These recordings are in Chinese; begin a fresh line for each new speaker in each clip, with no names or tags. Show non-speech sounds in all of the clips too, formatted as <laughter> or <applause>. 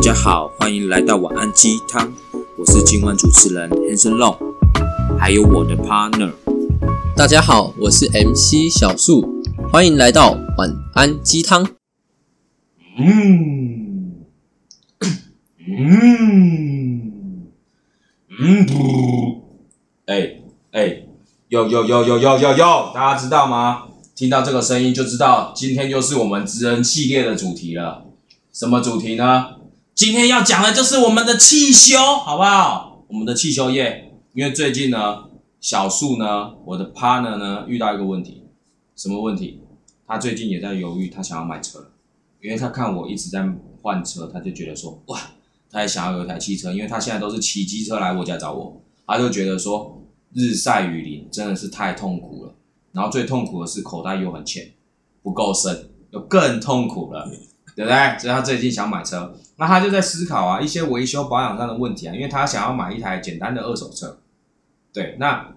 家好，欢迎来到晚安鸡汤，我是今晚主持人 Hanson Long，还有我的 partner。
大家好，我是 MC 小树，欢迎来到晚安鸡汤。
嗯，嗯，嗯不，哎哎，呦呦呦呦呦呦呦，大家知道吗？听到这个声音就知道，今天又是我们职人系列的主题了。什么主题呢？今天要讲的就是我们的汽修，好不好？我们的汽修业，因为最近呢，小树呢，我的 partner 呢，遇到一个问题，什么问题？他最近也在犹豫，他想要买车了。因为他看我一直在换车，他就觉得说哇，他也想要有一台汽车，因为他现在都是骑机车来我家找我，他就觉得说日晒雨淋真的是太痛苦了，然后最痛苦的是口袋又很浅，不够深，又更痛苦了，对不对？所以他最近想买车，那他就在思考啊一些维修保养上的问题啊，因为他想要买一台简单的二手车，对，那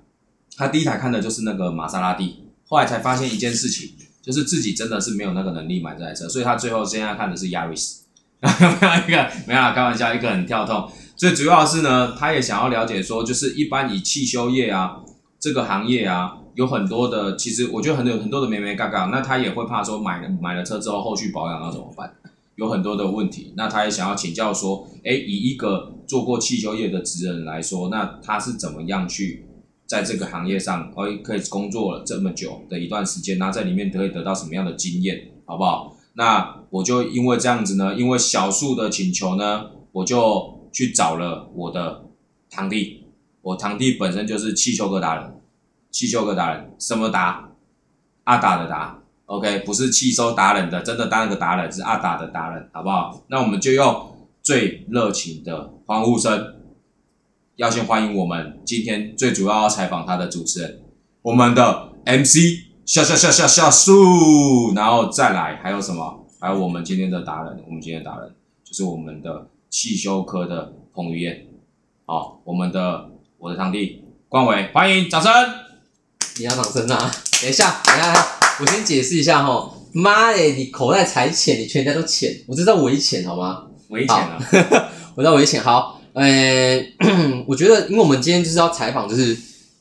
他第一台看的就是那个玛莎拉蒂，后来才发现一件事情。就是自己真的是没有那个能力买这台车，所以他最后现在看的是 Yaris，然 <laughs> 后没有一个没有啦，开玩笑，一个很跳痛。最主要是呢，他也想要了解说，就是一般以汽修业啊这个行业啊，有很多的，其实我觉得很有很多的眉眉嘎嘎，那他也会怕说买了买了车之后后续保养要怎么办，有很多的问题。那他也想要请教说，哎，以一个做过汽修业的职人来说，那他是怎么样去在这个行业上，可以可以工作了这么久的一段时间，那在里面可以得到什么样的经验，好不好？那我就因为这样子呢，因为小树的请求呢，我就去找了我的堂弟，我堂弟本身就是汽修哥达人，汽修哥达人什么达？阿达的达，OK，不是汽修达人的，真的当个达人是阿达的达人，好不好？那我们就用最热情的欢呼声。要先欢迎我们今天最主要要采访他的主持人，我们的 MC 夏夏夏夏夏树，然后再来还有什么？还有我们今天的达人，我们今天的达人就是我们的汽修科的彭于晏，好，我们的我的堂弟冠伟，欢迎，掌声。
你要掌声啊！等一下，等一下，我先解释一下哈。妈耶，你口袋才浅，你全家都浅，我知道我一浅好吗？ <laughs>
危险了，
我知道我一浅好。呃、 <clears throat> 我觉得，因为我们今天就是要采访，就是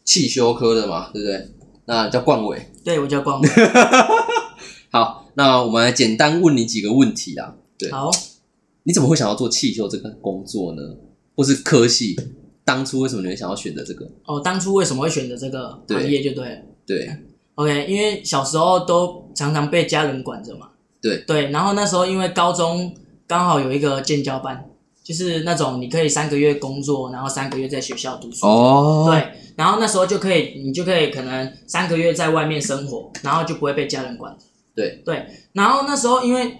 汽修科的嘛，对不对？那叫冠伟。
对，我叫光
<laughs>
伟。
好，那我们来简单问你几个问题啊。对，
好，
你怎么会想要做汽修这个工作呢？或是科系？当初为什么你会想要选择这个？
哦，当初为什么会选择这个
对
行业就对了。
对，
OK，因为小时候都常常被家人管着嘛。
对
对，然后那时候因为高中刚好有一个建教班，就是那种你可以三个月工作，然后三个月在学校读书。
哦，
对，然后那时候就可以，你就可以可能三个月在外面生活，然后就不会被家人管。
对
对，然后那时候因为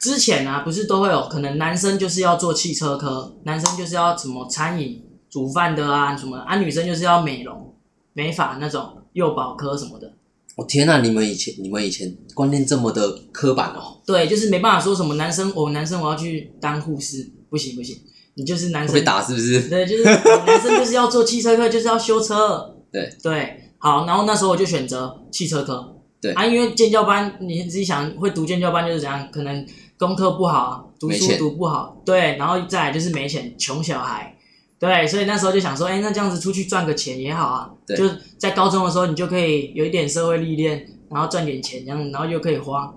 之前啊，不是都会有可能男生就是要做汽车科，男生就是要什么餐饮、煮饭的啊什么的啊，女生就是要美容、美发那种幼保科什么的。
我、哦天呐、你们以前你们以前观念这么的刻板哦，
对，就是没办法说什么男生，我、男生我要去当护士，不行不行，你就是男
会
生
被打是不是？
对，就是 <laughs> 男生就是要做汽车科，就是要修车。
对
对，好，然后那时候我就选择汽车科。
对
啊，因为建教班，你自己想会读建教班就是怎样，可能功课不好，啊读
没
书
钱
读不好，对，然后再来就是没钱，穷小孩。对，所以那时候就想说，哎，那这样子出去赚个钱也好啊。
对
就在高中的时候，你就可以有一点社会历练，然后赚点钱，这样，然后又可以花，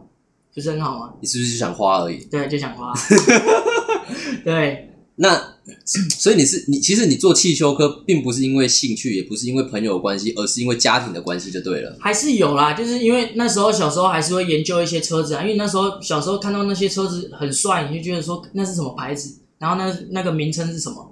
不是很好吗？
你是不是就想花而已？
对，就
<laughs>
想花。对，
那 <coughs> 所以你是你，其实你做汽修科并不是因为兴趣，也不是因为朋友的关系，而是因为家庭的关系就对了。
还是有啦，就是因为那时候小时候还是会研究一些车子啊，因为那时候小时候看到那些车子很帅，你就觉得说那是什么牌子，然后那那个名称是什么？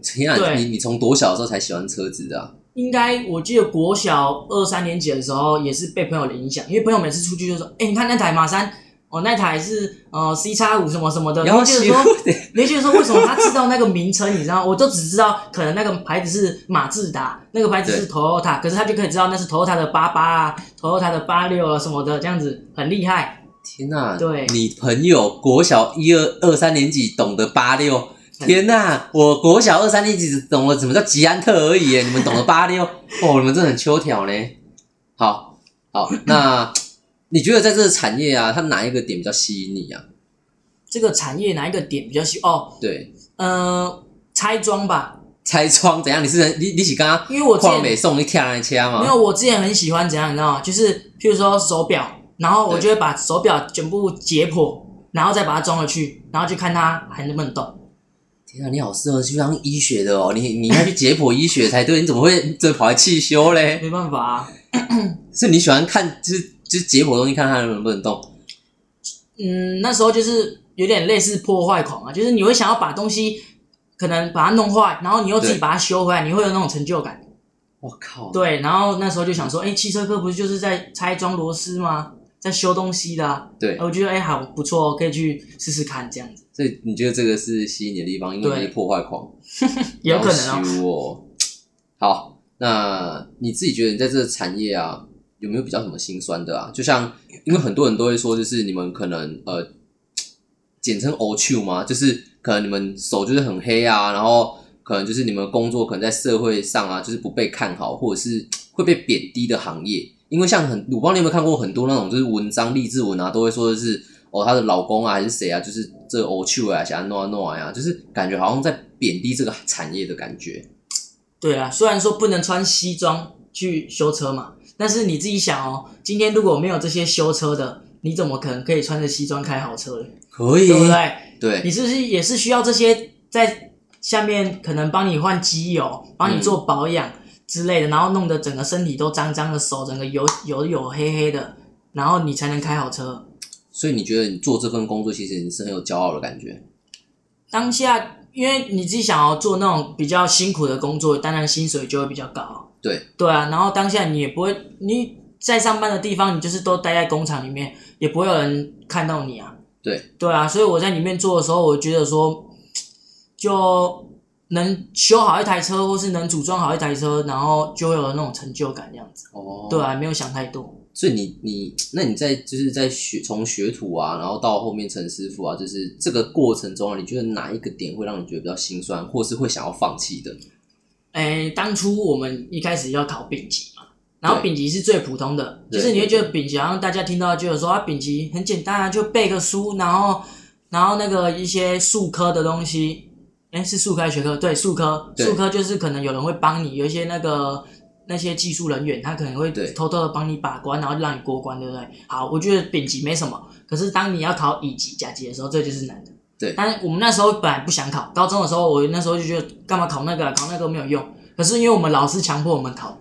天啊，
对
你你从多小的时候才喜欢车子的啊、
应该我记得国小二三年级的时候也是被朋友的影响，因为朋友每次出去就说：“哎、你看那台马三，哦，那台是呃 C 叉五什么什么的。”然后就
喜 <laughs>
是
欢
说， <laughs> 你就觉得说为什么他知道那个名称？你知道，我都只知道可能那个牌子是马自达，那个牌子是 Toyota，可是他就可以知道那是 Toyota 的八八啊，Toyota 的八六啊什么的，这样子很厉害。
天呐、
对
你朋友国小一二二三年级懂得八六，
嗯
天呐、我国小二三年级只懂了什么叫捷安特而已耶，你 <laughs> 们懂得八六，哦，你们真的很秋条呢。好，
<laughs>
好，那你觉得在这个产业啊，它哪一个点比较吸引你啊？
这个产业哪一个点比较喜哦，
对，
呃，拆装吧，
拆窗怎样？你是人你你是刚刚
因为我之
矿
前
美送你跳来车
没
嘛？
有，我之前很喜欢怎样，你知道吗？就是譬如说手表，然后我就会把手表全部解剖，然后再把它装回去，然后就看它还能不能动。
天啊，你好适合去当医学的哦，你你要去解剖医学才对，你怎么会这跑来汽修嘞？
没办法啊，
是你喜欢看就是就是解剖东西，看它能不能动？
嗯，那时候就是有点类似破坏狂啊，就是你会想要把东西可能把它弄坏，然后你又自己
对
把它修回来，你会有那种成就感。
我靠，
对，然后那时候就想说，哎、汽车科不是就是在拆装螺丝吗？在修东西的、啊，
对，
我觉得哎、好不错哦，可以去试试看这样子，
所以你觉得这个是吸引你的地方，因为你
对
是破坏狂。
也有可能
要
哦。
修哦。好，那你自己觉得你在这个产业啊，有没有比较什么心酸的啊？就像因为很多人都会说，就是你们可能呃，简称 O 丘嘛，就是可能你们手就是很黑啊，然后可能就是你们工作可能在社会上啊，就是不被看好，或者是会被贬低的行业。因为像很，我不知道你有没有看过很多那种就是文章励志文啊，都会说的是哦，她的老公啊还是谁啊，就是这欧趣啊，想要弄啊弄啊呀，就是感觉好像在贬低这个产业的感觉。
对啊，虽然说不能穿西装去修车嘛，但是你自己想哦，今天如果没有这些修车的，你怎么可能可以穿着西装开好车嘞？
可以
对不对？
对
你是不是也是需要这些在下面可能帮你换机油、帮你做保养之类的，然后弄得整个身体都脏脏的，手整个油油油黑黑的，然后你才能开好车。
所以你觉得你做这份工作，其实你是很有骄傲的感觉。
当下，因为你自己想要做那种比较辛苦的工作，当然薪水就会比较高。
对
对啊，然后当下你也不会，你在上班的地方，你就是都待在工厂里面，也不会有人看到你啊。
对
对啊，所以我在里面做的时候，我觉得说，就能修好一台车，或是能组装好一台车，然后就会有那种成就感，这样子。
哦，
对啊，没有想太多。
所以你你那你在就是在学从学徒啊，然后到后面陈师傅啊，就是这个过程中啊，你觉得哪一个点会让你觉得比较心酸，或是会想要放弃的？
哎，当初我们一开始要考丙级嘛，然后
对
丙级是最普通的，
对
就是你会觉得丙级好像大家听到就有说啊，丙级很简单啊，就背个书，然后然后那个一些数科的东西，哎，是数科还是学科？对，数科，
对
数科就是可能有人会帮你，有一些那个那些技术人员，他可能会
对
偷偷的帮你把关，然后让你过关，对不对？好，我觉得丙级没什么，可是当你要考乙级、甲级的时候，这就是难的。
对
但是我们那时候本来不想考，高中的时候我那时候就觉得干嘛考那个啊、考那个没有用。可是因为我们老师强迫我们考，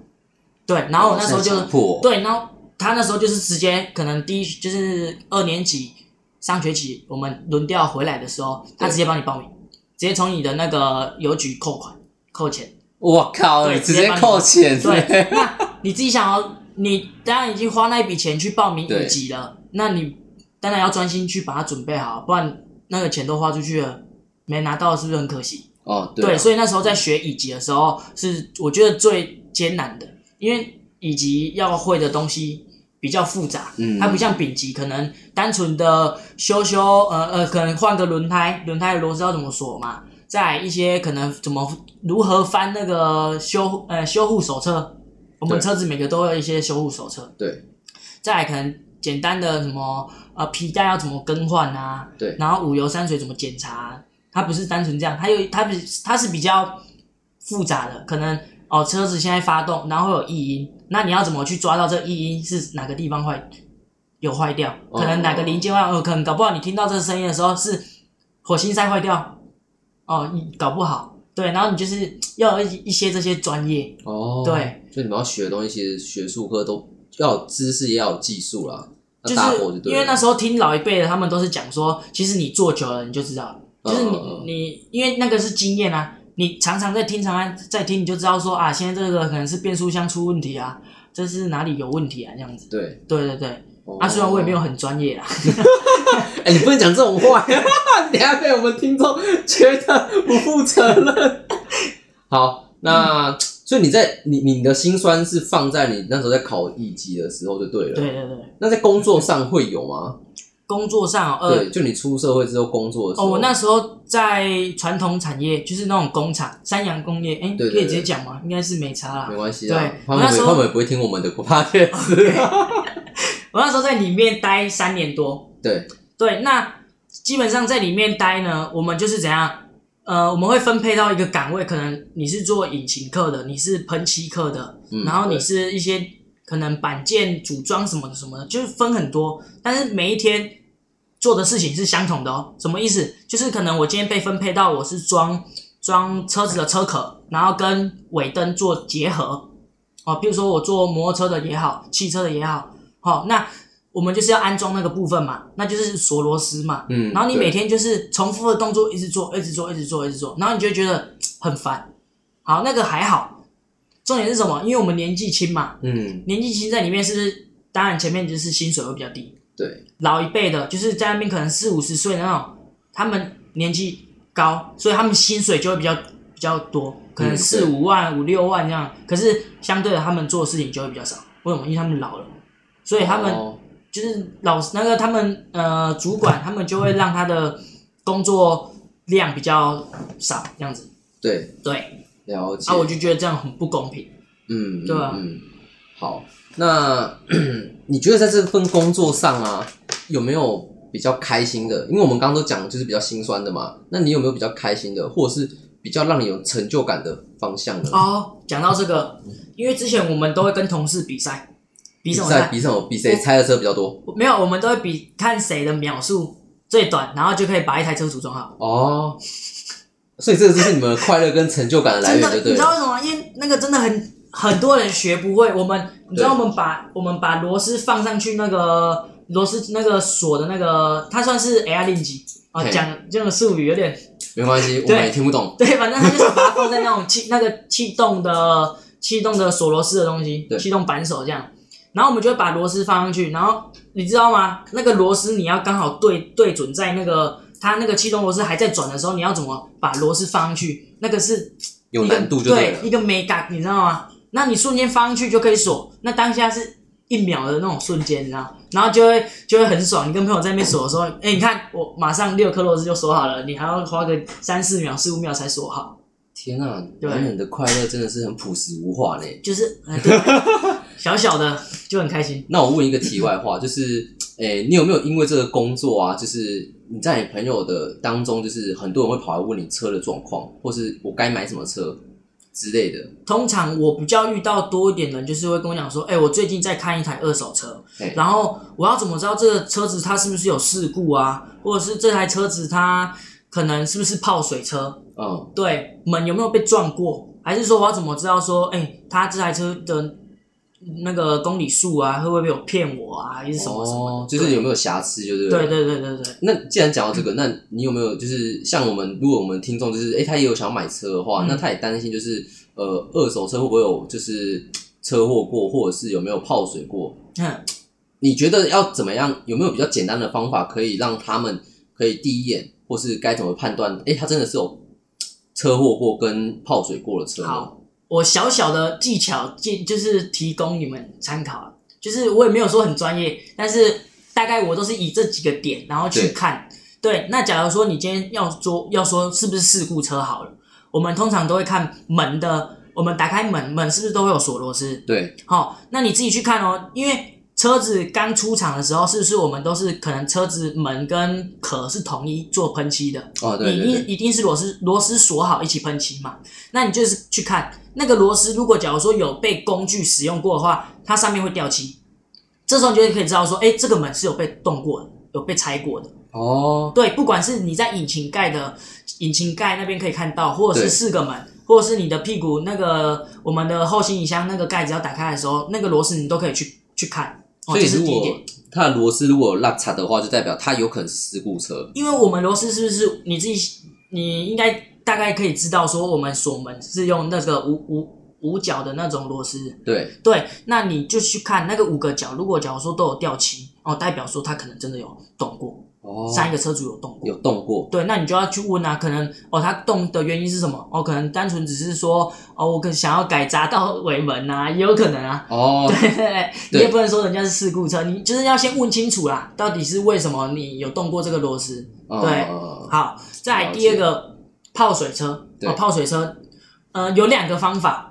对，然啊后我那时候就
现在强迫我
对，然后他那时候就是直接可能第一就是二年级上学期我们轮调回来的时候，他
对
直接帮你报名，直接从你的那个邮局扣款扣钱。
我靠，
对
你直
直接
接
帮你
扣钱，
对，那你自己想哦，你当然已经花那一笔钱去报名
对
乙级了，那你当然要专心去把它准备好，不然那个钱都花出去了，没拿到是不是很可惜？
哦，
对
对啊，
所以那时候在学乙级的时候，是我觉得最艰难的，因为乙级要会的东西比较复杂，
嗯
它不像丙级，可能单纯的修修，呃呃，可能换个轮胎，轮胎的螺丝要怎么锁嘛，再一些可能怎么如何翻那个修呃修护手册，我们
对
车子每个都有一些修护手册，
对
再来可能简单的什么呃皮带要怎么更换啊，
对
然后五油三水怎么检查，啊它不是单纯这样，它有它比它是比较复杂的，可能哦车子现在发动，然后会有异音，那你要怎么去抓到这异音是哪个地方坏有坏掉，
哦
可能哪个零件坏，哦，可能搞不好你听到这个声音的时候是火星塞坏掉，哦，你搞不好。对，然后你就是要有一一些这些专业，
哦，
对，
所以你们要学的东西，其实学术课都要有知识，也要有技术啦。
就
那大伙就是对
因为
了
那时候听老一辈的，他们都是讲说，其实你做久了你就知道了，就是你、
嗯嗯嗯
你因为那个是经验啊，你常常在听，常常在听，你就知道说啊，现在这个可能是变速箱出问题啊，这是哪里有问题啊，这样子。
对
对对对，
哦
啊，虽然我也没有很专业啦，
哎、你不能讲这种话，
<laughs>
等一下被我们听众觉得不负责任。好，那、所以你在你你的心酸是放在你那时候在考乙级的时候就对了。
对对对，
那在工作上会有吗？
工作上哦呃
对，就你出社会之后工作的时
哦，
候，
我那时候在传统产业，就是那种工厂，三洋工业，哎，可
对对
以直接讲吗？应该是没差啦
没。关系啦，
对
他
我
们
那
也
时候
他们也不会听我们的 p o
<laughs>
d c
我那时候在里面待三年多，
<laughs> 对
对，那基本上在里面待呢，我们就是怎样，呃，我们会分配到一个岗位，可能你是做引擎课的，你是喷漆课的，
嗯
然后你是一些可能板件组装什么的什么的，就是分很多，但是每一天做的事情是相同的哦。什么意思？就是可能我今天被分配到我是装装车子的车壳，然后跟尾灯做结合。哦，比如说我做摩托车的也好，汽车的也好，好、那我们就是要安装那个部分嘛，那就是锁螺丝嘛。
嗯
然后你
对
每天就是重复的动作一直做，一直做，一直做，一直做，然后你就会觉得很烦。好，那个还好，重点是什么？因为我们年纪轻嘛，
嗯，
年纪轻在里面是不是？当然前面就是薪水会比较低，
对，
老一辈的，就是在那边可能四五十岁的那种，他们年纪高，所以他们薪水就会比较比较多，可能
嗯
四
对
五万、五六万这样。可是相对的，他们做事情就会比较少，为什么？因为他们老了，所以他们
哦
就是老那个他们呃主管，他们就会让他的工作量比较少，这样子。
对
对，
了解。
啊，我就觉得这样很不公平。
嗯，
对啊
嗯，嗯好，那 <clears throat> 你觉得在这份工作上啊，有没有比较开心的？因为我们刚刚都讲就是比较心酸的嘛，那你有没有比较开心的，或者是比较让你有成就感的方向呢？
哦，讲到这个，因为之前我们都会跟同事比赛，比
比
什么
赛
赛？
比什么？比谁猜的车比较多？
没有，我们都会比看谁的秒数最短，然后就可以把一台车组装好。
哦，所以这个就是你们的快乐跟成就感的来
真
源，
的，
对不对
你知
了？
道为什么吗？因为那个真的很很多人学不会。我们，你知道我们把我们把螺丝放上去那个螺丝那个锁的那个，它算是 AI 令机啊，
嘿
讲这种术语有点 <laughs>
没关系，我
对
们也听不懂。
对，反正它就是把它放在那种气那个气动的气动的锁螺丝的东西
对，
气动扳手这样。然后我们就会把螺丝放上去，然后你知道吗？那个螺丝你要刚好对对准在那个它那个气动螺丝还在转的时候，你要怎么把螺丝放上去？那个是
有
一个
难度就对
对
了
一个美感，你知道吗？那你瞬间放上去就可以锁，那当下是一秒的那种瞬间，你知道吗？然后就会就会很爽。你跟朋友在那边锁的时候，哎、你看我马上六颗螺丝就锁好了，你还要花个三四秒、四五秒才锁好，
天啊，
对
男人的快乐真的是很朴实无华呢。
就是、哎对小小的就很开心。
那我问一个题外话，就是，诶、你有没有因为这个工作啊，就是你在你朋友的当中，就是很多人会跑来问你车的状况，或是我该买什么车之类的？
通常我比较遇到多一点人，就是会跟我讲说，哎、我最近在看一台二手车，
嘿
然后我要怎么知道这个车子它是不是有事故啊，或者是这台车子它可能是不是泡水车？
嗯，
对门有没有被撞过，还是说我要怎么知道说，哎、他这台车的那个公里数啊，会不会有骗我啊，还是什么什么
哦，
的？
就是有没有瑕疵，就是
对对对对对，
那既然讲到这个，那你有没有就是像我们，如果我们听众就是，诶、他也有想要买车的话，
嗯
那他也担心就是，呃，二手车会不会有就是车祸过，或者是有没有泡水过？
嗯，
你觉得要怎么样？有没有比较简单的方法可以让他们可以第一眼，或是该怎么判断？哎、他真的是有嘖车祸过跟泡水过的车吗？
好，我小小的技巧就就是提供你们参考啊，就是我也没有说很专业，但是大概我都是以这几个点，然后去
对
看。对，那假如说你今天要说要说是不是事故车好了，我们通常都会看门的，我们打开门，门是不是都会有锁螺丝？
对，
好、那你自己去看哦，因为车子刚出厂的时候，是不是我们都是可能车子门跟壳是统一做喷漆的？
哦，对对
你一
对，
定一定是螺丝螺丝锁好一起喷漆嘛？那你就是去看那个螺丝，如果假如说有被工具使用过的话，它上面会掉漆，这时候你就可以知道说，哎，这个门是有被动过的，有被拆过的。
哦，
对，不管是你在引擎盖的引擎盖那边可以看到，或者
对
是四个门，或者是你的屁股那个我们的后行李箱那个盖子要打开的时候，那个螺丝你都可以去去看。哦，
所
这
以
是
如
第一
果
点，
他的螺丝如果有落差的话，就代表他有可能是事故车。
因为我们螺丝是不是你自己，你应该大概可以知道说我们锁门是用那个五五五角的那种螺丝。
对，
对，那你就去看那个五个角，如果假如说都有掉漆，哦，代表说它可能真的有动过，
哦，
上一个车主有动过。
有动过，
对，那你就要去问啊，可能哦，他动的原因是什么？哦，可能单纯只是说哦，我可想要改闸到尾门啊，也有可能啊。
哦，
对， <laughs> 你
对
也不能说人家是事故车，你就是要先问清楚啦，到底是为什么你有动过这个螺丝？
嗯
对
嗯
好，再来
了
第二
解
个泡水车，
对
哦，泡水车，呃，有两个方法。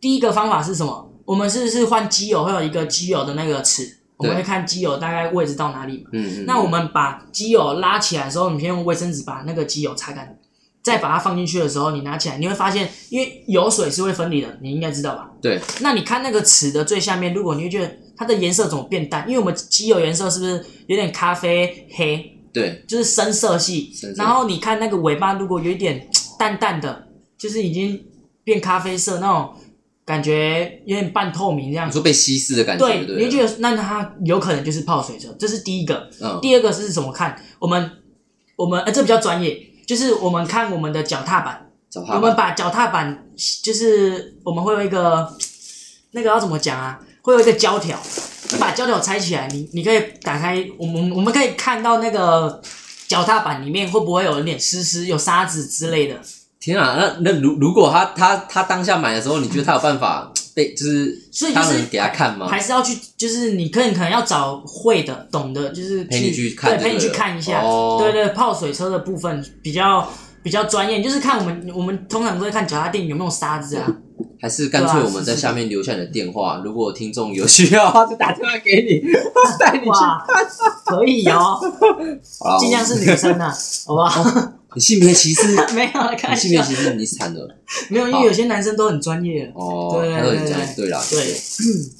第一个方法是什么？我们是不是换机油会有一个机油的那个尺？我们会看基友大概位置到哪里嘛。
嗯嗯，
那我们把基友拉起来的时候，你先用卫生纸把那个基友擦干，再把它放进去的时候，你拿起来，你会发现，因为油水是会分离的，你应该知道吧？
对，
那你看那个池的最下面，如果你会觉得它的颜色怎么变淡？因为我们基友颜色是不是有点咖啡黑，
对，
就是深色系？
深色
然后你看那个尾巴，如果有一点淡淡的，就是已经变咖啡色那种感觉，有点半透明这样
你。说被稀释的感觉，
嗯对，
不
你会觉得那它有可能就是泡水车，这是第一个。
嗯，
第二个是怎么看？我们我们呃，这比较专业，就是我们看我们的脚踏板，
找
我
他
们
吧，
把脚踏板就是我们会有一个那个要怎么讲啊？会有一个胶条，你把胶条拆起来，你你可以打开，我们我们可以看到那个脚踏板里面会不会有一点湿湿、有沙子之类的。
天啊，那那如如果他他他当下买的时候，你觉得他有办法被就是，
嗯所以就
他
是
能给他看吗
还？是要去，就是你可能可能要找会的、懂的，就是
陪你去看
对，陪你
就对
去
了
看一下。
哦
对对，泡水车的部分比较比较专业，就是看我们我们通常都会看脚踏垫有没有沙子啊。
还是干脆
对啊
我们在
是是
下面留下你的电话，
啊
如果听众有需要，他就打电话给你， <laughs> 带你去。 <laughs>
哇，可以哦，
好啦
尽量是女生啊，好不好？ <laughs>
你性别歧视，你
没有啦，开玩
性别
笑，
歧视你惨了
没有，因为有些男生都很专业了。
哦。
对
他说你
对
讲
对
对啦，
对，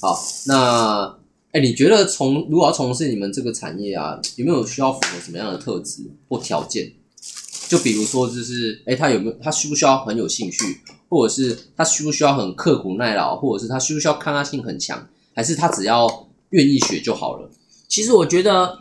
好，那哎、你觉得从如果要从事你们这个产业啊，有没有需要符合什么样的特质或条件？就比如说，就是哎、他有没有他需不需要很有兴趣，或者是他需不需要很刻苦耐劳，或者是他需不需要抗压性很强，还是他只要愿意学就好了？
其实我觉得，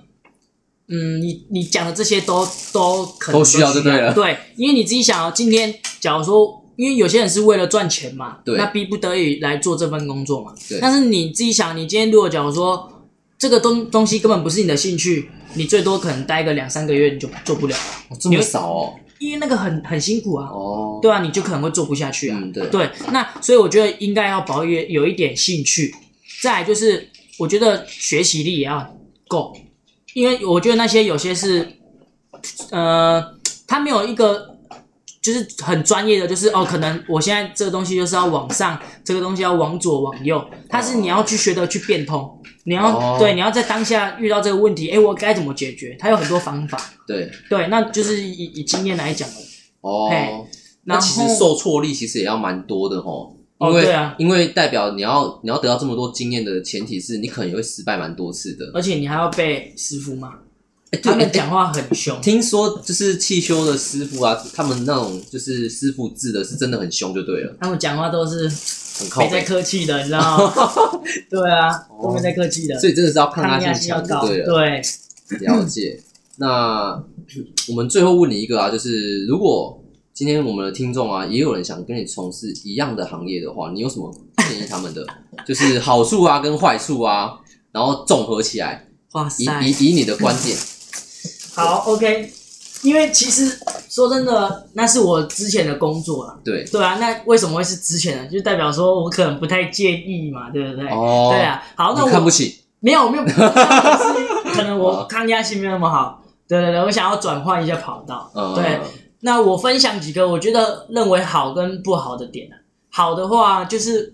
嗯，你你讲的这些都都可能
都需要就对了
对，因为你自己想哦，今天假如说，因为有些人是为了赚钱嘛，
对
那逼不得已来做这份工作嘛。
对
但是你自己想，你今天如果假如说这个东东西根本不是你的兴趣，你最多可能待个两三个月你就做不了了，
哦、这么少哦，
因为那个很很辛苦啊。
哦，
对啊，你就可能会做不下去啊。
嗯对
对，那所以我觉得应该要保有有一点兴趣，再来就是我觉得学习力也要够，因为我觉得那些有些是，呃，他没有一个就是很专业的，就是哦，可能我现在这个东西就是要往上，这个东西要往左往右，它是你要去学的去变通。你要、
哦
对，你要在当下遇到这个问题，哎，我该怎么解决？它有很多方法，
对
对，那就是以以经验来讲了。
哦
嘿。
那
然
其实
后
受挫力其实也要蛮多的吼，因
哦
为、
对啊
因为代表你要你要得到这么多经验的前提是你可能也会失败蛮多次的。
而且你还要被师傅骂，
哎对
他
哎
们讲话很凶。
听说就是汽修的师傅啊，他们那种就是师傅制的是真的很凶，就对了，
他们讲话都是
很靠
没在
北，
客气的，你知
<laughs>
道吗？对啊，都没在客气的，
所以真的是要抗
抗
压
压
性
性要
强，
高。
就对了。啊
对，
了解。那我们最后问你一个啊，就是如果今天我们的听众啊，也有人想跟你从事一样的行业的话，你有什么建议他们的？就是好处啊，跟坏处啊，然后综合起来，
哇
以
塞，
以以你的观点，
好，OK。因为其实说真的，那是我之前的工作了。
对，
对啊，那为什么会是之前的？就代表说我可能不太介意嘛，对不对？
哦
对啊。好，那
你看不
我
起，
没有
<laughs>
没有，就是可能
啊
我抗压性没有那么好。对对对，我想要转换一下跑道。
嗯，
对，那我分享几个我觉得认为好跟不好的点啊。好的话就是，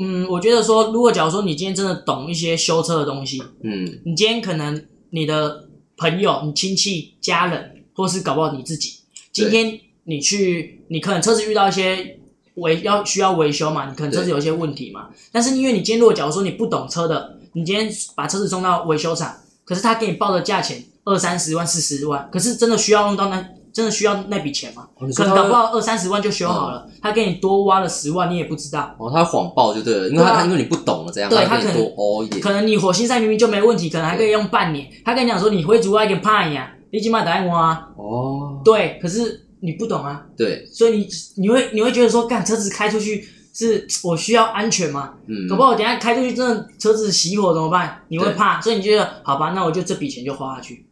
嗯，我觉得说，如果假如说你今天真的懂一些修车的东西，
嗯，
你今天可能你的朋友、你亲戚、家人，或是搞不好你自己，今天你去，你可能车子遇到一些维要需要维修嘛，你可能车子
对
有一些问题嘛，但是因为你今天如果假如说你不懂车的，你今天把车子送到维修厂，可是他给你报的价钱二三十万、四十万，可是真的需要用到那真的需要那笔钱吗？
哦你说
可能
他
搞不好二三十万就修好了，他给你多挖了十万，你也不知道。
哦，他谎报就对了，因为
对
他
啊
因为你不懂了这样，
对
他
他
跟
可
你多
能
哦一点，
可能你火星赛明明就没问题，可能还可以用半年。他跟你讲说你回族外给怕呀，你起码答案啊。
哦，
对，可是你不懂啊，
对，
所以你你会你会觉得说，干车子开出去是我需要安全吗？
嗯，
搞不好我等一下开出去真的车子熄火怎么办？你会
对
怕，所以你觉得好吧，那我就这笔钱就花下去。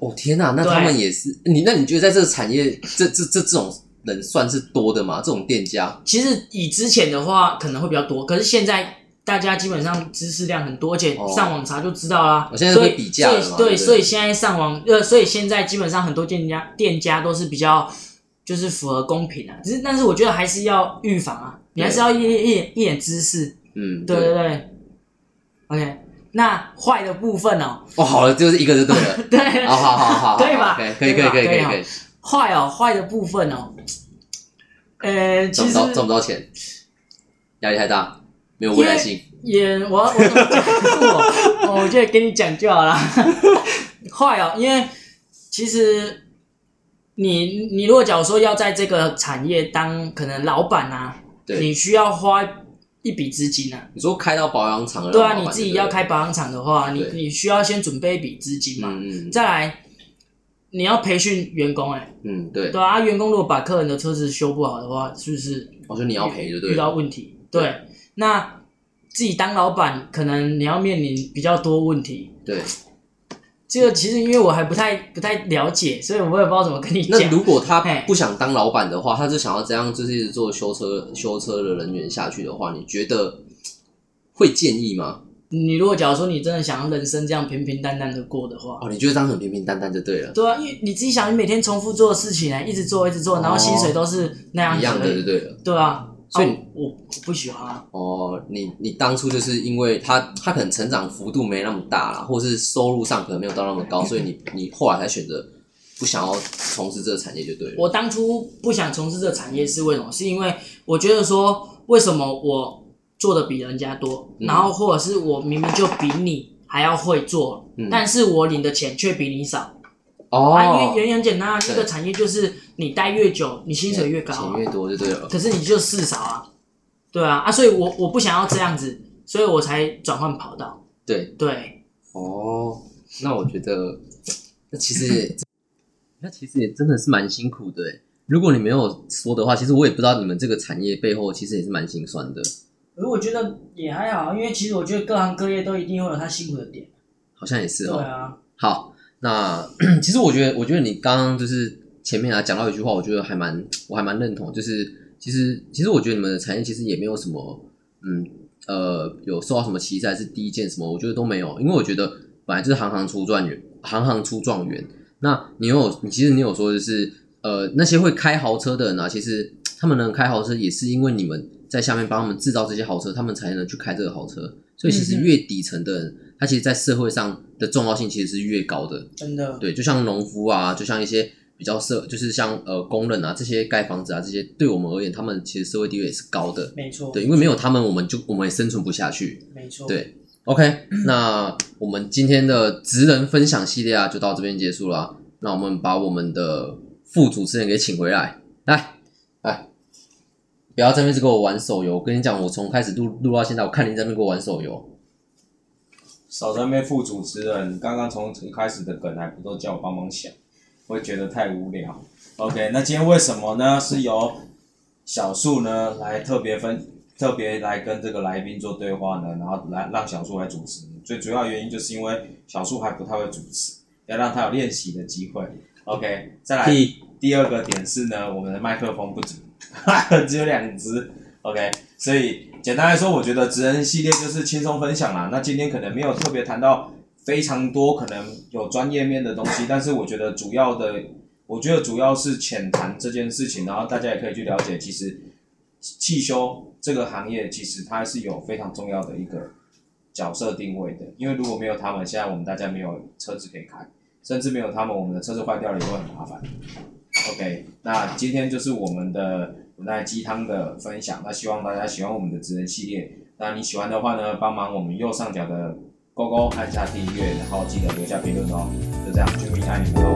哦天哪、那
对
他们也是你？那你觉得在这个产业，这这这这种人算是多的吗？这种店家
其实以之前的话可能会比较多，可是现在。大家基本上知识量很多，而且
哦
上网查就知道啦。
我现在
所
会
以
比价了嘛
所
对
以
不对
对，所以现在上网，呃，所以现在基本上很多店家店家都是比较就是符合公平啊。只是，但是我觉得还是要预防啊，你还是要一一一点一点知识。
嗯，
对对对。OK，那坏的部分哦，
哦，好了，就是一个就对
<laughs>
了。
对，
哦，好好好好，
可以吧
可以可以可以可以可以可以，
坏哦，坏的部分哦，呃，
赚
其
不
实
到赚不到钱，压力太大，没有未来性。
也我我怎么讲我我就跟你讲就好了。坏哦，因为其实你你如果假如说要在这个产业当可能老板啊，
对，
你需要花一笔资金啊。
你说开到保养厂了，
对
老
啊，
板
你自己要，开保养厂的话，你
对
你需要先准备一笔资金
对
嘛。
嗯嗯
再来，你要培训员工、欸，哎，
嗯，对
对，啊，员工如果把客人的车子修不好的话，是不是
我哦说你要赔就
遇
对
到
了，
问题？
对
对，那自己当老板，可能你要面临比较多问题。
对。
这
嗯
个其实因为我还不太不太了解，所以我也不知道怎么跟你
那
讲。
如果他
嘿
不想当老板的话，他就想要这样，就是一直做修车修车的人员下去的话，你觉得会建议吗？
你如果假如说你真的想要人生这样平平淡淡的过的话，
哦，你觉得这样很平平淡淡就对了，哦
对啊，因为你自己想，你每天重复做的事情啊，一直做一直做，然后薪水都是那样
一样
子而
的
已
就对了。
对啊，
所以
啊我我不喜欢啊。
哦，你你当初就是因为他他可能成长幅度没那么大啦，或是收入上可能没有到那么高，所以你你后来才选择不想要从事这个产业就对了。
我当初不想从事这产业是为什么？是因为我觉得说，为什么我做的比人家多，
嗯
然后或者是我明明就比你还要会做，
嗯
但是我领的钱却比你少、啊。因为
哦，
原因很简单啊，
对
这个产业就是你待越久，你薪水越高、啊
钱，越多就对了。
可是你就事少啊，对啊啊，所以我我不想要这样子，所以我才转换跑道。
对，
对，
哦，那我觉得，那其实也，那其实也真的是蛮辛苦的欸。如果你没有说的话，其实我也不知道你们这个产业背后其实也是蛮心酸的。
可是我觉得也还好，啊因为其实我觉得各行各业都一定会有他辛苦的点。
好像也是
对
哦。
啊，
好，那 <clears throat> 其实我觉得，我觉得你刚刚就是前面啊讲到一句话，我觉得还蛮，我还蛮认同，就是其实其实我觉得你们的产业其实也没有什么，嗯呃，有受到什么歧视还是低贱什么，我觉得都没有，因为我觉得本来就是行行出状元，行行出状元。那你有，你其实你有说就是，呃，那些会开豪车的人啊，其实他们能开豪车，也是因为你们在下面帮他们制造这些豪车，他们才能去开这个豪车。所以其实
嗯嗯
越底层的人，他其实，在社会上的重要性其实是越高的。
真的。
对，就像农夫啊，就像一些比较社，就是像呃工人啊，这些盖房子啊，这些对我们而言，他们其实社会地位也是高的。
没错，
对，因为没有他们，我们就我们也生存不下去。
没错，
对，OK，那我们今天的职人分享系列啊，就到这边结束了啊。那我们把我们的副主持人给请回来，来，来，不要在那边一直跟我玩手游。我跟你讲，我从开始录录到现在，我看你在那边给我玩手游。
少在那边副主持人，刚刚从一开始的梗还不都叫我帮忙想，我也觉得太无聊。OK，那今天为什么呢？是由小树呢来特别分特别来跟这个来宾做对话呢，然后来让小树来主持。最主要原因就是因为小树还不太会主持，要让他有练习的机会。OK，再来
屁
第二个点是呢，我们的麦克风不足， <laughs> 只有两只。OK，所以简单来说，我觉得职人系列就是轻松分享啦。那今天可能没有特别谈到非常多，可能有专业面的东西，但是我觉得主要的，我觉得主要是浅谈这件事情，然后大家也可以去了解，其实汽修这个行业其实它是有非常重要的一个角色定位的，因为如果没有他们，现在我们大家没有车子可以开，甚至没有他们，我们的车子坏掉了也会很麻烦。OK，那今天就是我们的无奈鸡汤的分享，那希望大家喜欢我们的职人系列。那你喜欢的话呢，帮忙我们右上角的勾勾按下订阅，然后记得留下评论哦。就这样，君明爱你们哦。